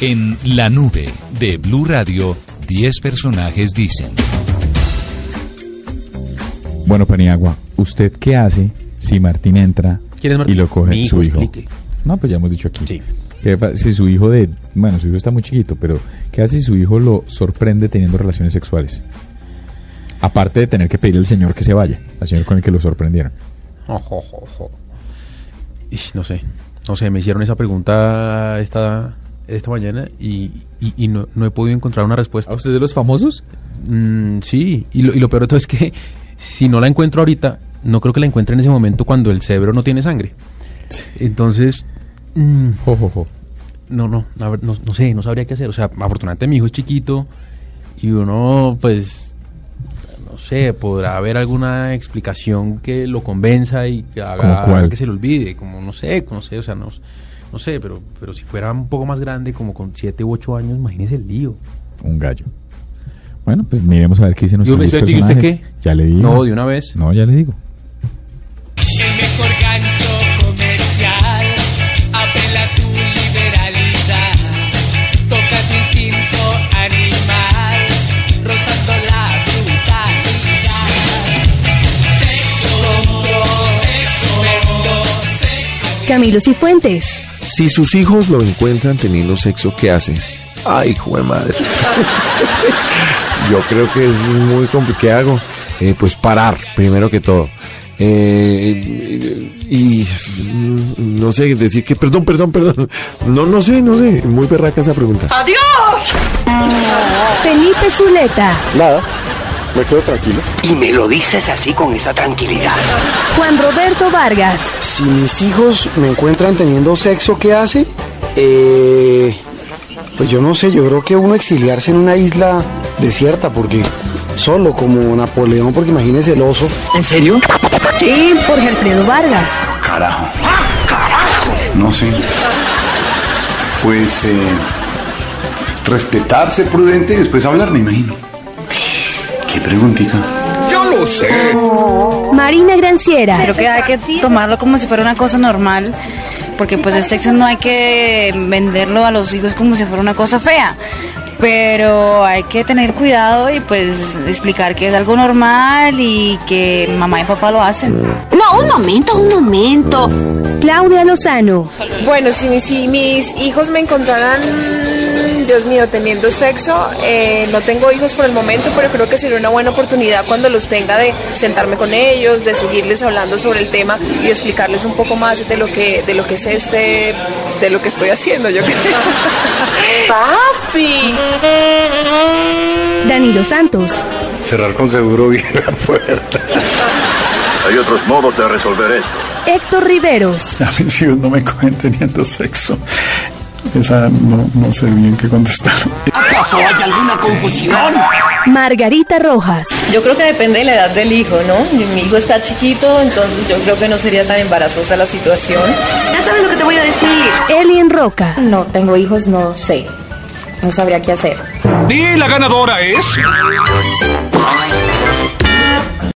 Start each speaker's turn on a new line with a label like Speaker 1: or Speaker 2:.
Speaker 1: En la nube de Blue Radio, 10 personajes dicen.
Speaker 2: Bueno, Paniagua, ¿usted qué hace si Martín entra
Speaker 3: ¿Quién es Martín?
Speaker 2: y lo coge
Speaker 3: Mi hijo,
Speaker 2: su hijo?
Speaker 3: explique.
Speaker 2: No, pues ya hemos dicho aquí.
Speaker 3: Sí.
Speaker 2: ¿Qué pa- si su hijo de... Bueno, su hijo está muy chiquito, pero ¿qué hace si su hijo lo sorprende teniendo relaciones sexuales? Aparte de tener que pedirle al señor que se vaya, al señor con el que lo sorprendieron.
Speaker 3: Ojo, ojo, ojo. Ish, No sé, no sé, me hicieron esa pregunta esta, esta mañana y, y- y no, no he podido encontrar una respuesta.
Speaker 2: ¿A usted de los famosos?
Speaker 3: Mm, sí, y lo, y lo peor de todo es que si no la encuentro ahorita, no creo que la encuentre en ese momento cuando el cerebro no tiene sangre. Entonces, mm,
Speaker 2: Jo, jo, jo.
Speaker 3: no, no, a ver, no, no sé, no sabría qué hacer. O sea, afortunadamente mi hijo es chiquito y uno, pues, no sé, podrá haber alguna explicación que lo convenza y que haga,
Speaker 2: ¿Como cuál?
Speaker 3: que se le olvide, como no sé, no sé, o sea, no, no sé, pero, pero si fuera un poco más grande, como con 7 u 8 años, imagínese el lío.
Speaker 2: Un gallo. Bueno, pues miremos a ver qué dicen
Speaker 3: Y uno
Speaker 2: nuestros
Speaker 3: dice,
Speaker 2: 10
Speaker 3: "¿Y usted
Speaker 2: personajes.
Speaker 3: qué?
Speaker 2: Ya le digo.
Speaker 3: No, de una vez.
Speaker 2: No, ya le digo.
Speaker 4: El mejor gancho comercial apela a tu liberalidad, toca tu instinto animal, rozando la brutalidad. Sexo, sexo, sexo,
Speaker 5: Camilo Cifuentes.
Speaker 6: Si sus hijos lo encuentran teniendo sexo, ¿qué hacen? Ay, hijo de madre. Yo creo que es muy complicado. ¿Qué hago? Eh, pues parar, primero que todo. Eh, y mm, no sé, decir que perdón, perdón, perdón. No, no sé, no sé. Muy berraca esa pregunta.
Speaker 5: Felipe Zuleta.
Speaker 7: Nada, me quedo tranquilo. Y me lo dices así con esa tranquilidad.
Speaker 5: Juan Roberto Vargas.
Speaker 8: Si mis hijos me encuentran teniendo sexo, ¿qué hace? Eh, pues yo no sé, yo creo que uno exiliarse en una isla desierta, porque solo como Napoleón, porque imagínese el oso.
Speaker 7: ¿En serio?
Speaker 5: Sí, Jorge Alfredo Vargas.
Speaker 9: Carajo. No sé. Pues eh, respetarse prudente y después hablar, me imagino. Qué preguntica.
Speaker 5: Marina Granciera.
Speaker 10: Creo que hay que tomarlo como si fuera una cosa normal, porque pues el sexo no hay que venderlo a los hijos como si fuera una cosa fea. Pero hay que tener cuidado y pues explicar que es algo normal y que mamá y papá lo hacen.
Speaker 5: No, un momento, un momento. Claudia Lozano.
Speaker 11: Bueno, si, mis- pues, si mis hijos me encontraran, Dios mío, teniendo sexo, eh, no tengo hijos por el momento, pero creo que sería una buena oportunidad cuando los tenga de sentarme con ellos, de seguirles hablando sobre el tema y de explicarles un poco más de lo que, de lo que es este, de lo que estoy haciendo, yo creo. ¡Papi!
Speaker 5: Danilo Santos.
Speaker 9: Cerrar con seguro bien la puerta.
Speaker 7: Hay otros modos de resolver esto.
Speaker 5: Héctor Riveros.
Speaker 9: A mis hijos no me cogen teniendo sexo. Esa no, no sé bien qué contestar.
Speaker 7: ¿Acaso hay alguna confusión?
Speaker 5: Margarita Rojas.
Speaker 11: Yo creo que depende de la edad del hijo, ¿no? Mi hijo está chiquito, entonces yo creo que no sería tan embarazosa la situación.
Speaker 10: Ya sabes lo que te voy a decir.
Speaker 5: Elien Roca.
Speaker 11: No, tengo hijos, no sé. No sabría qué hacer.
Speaker 1: Y la ganadora es.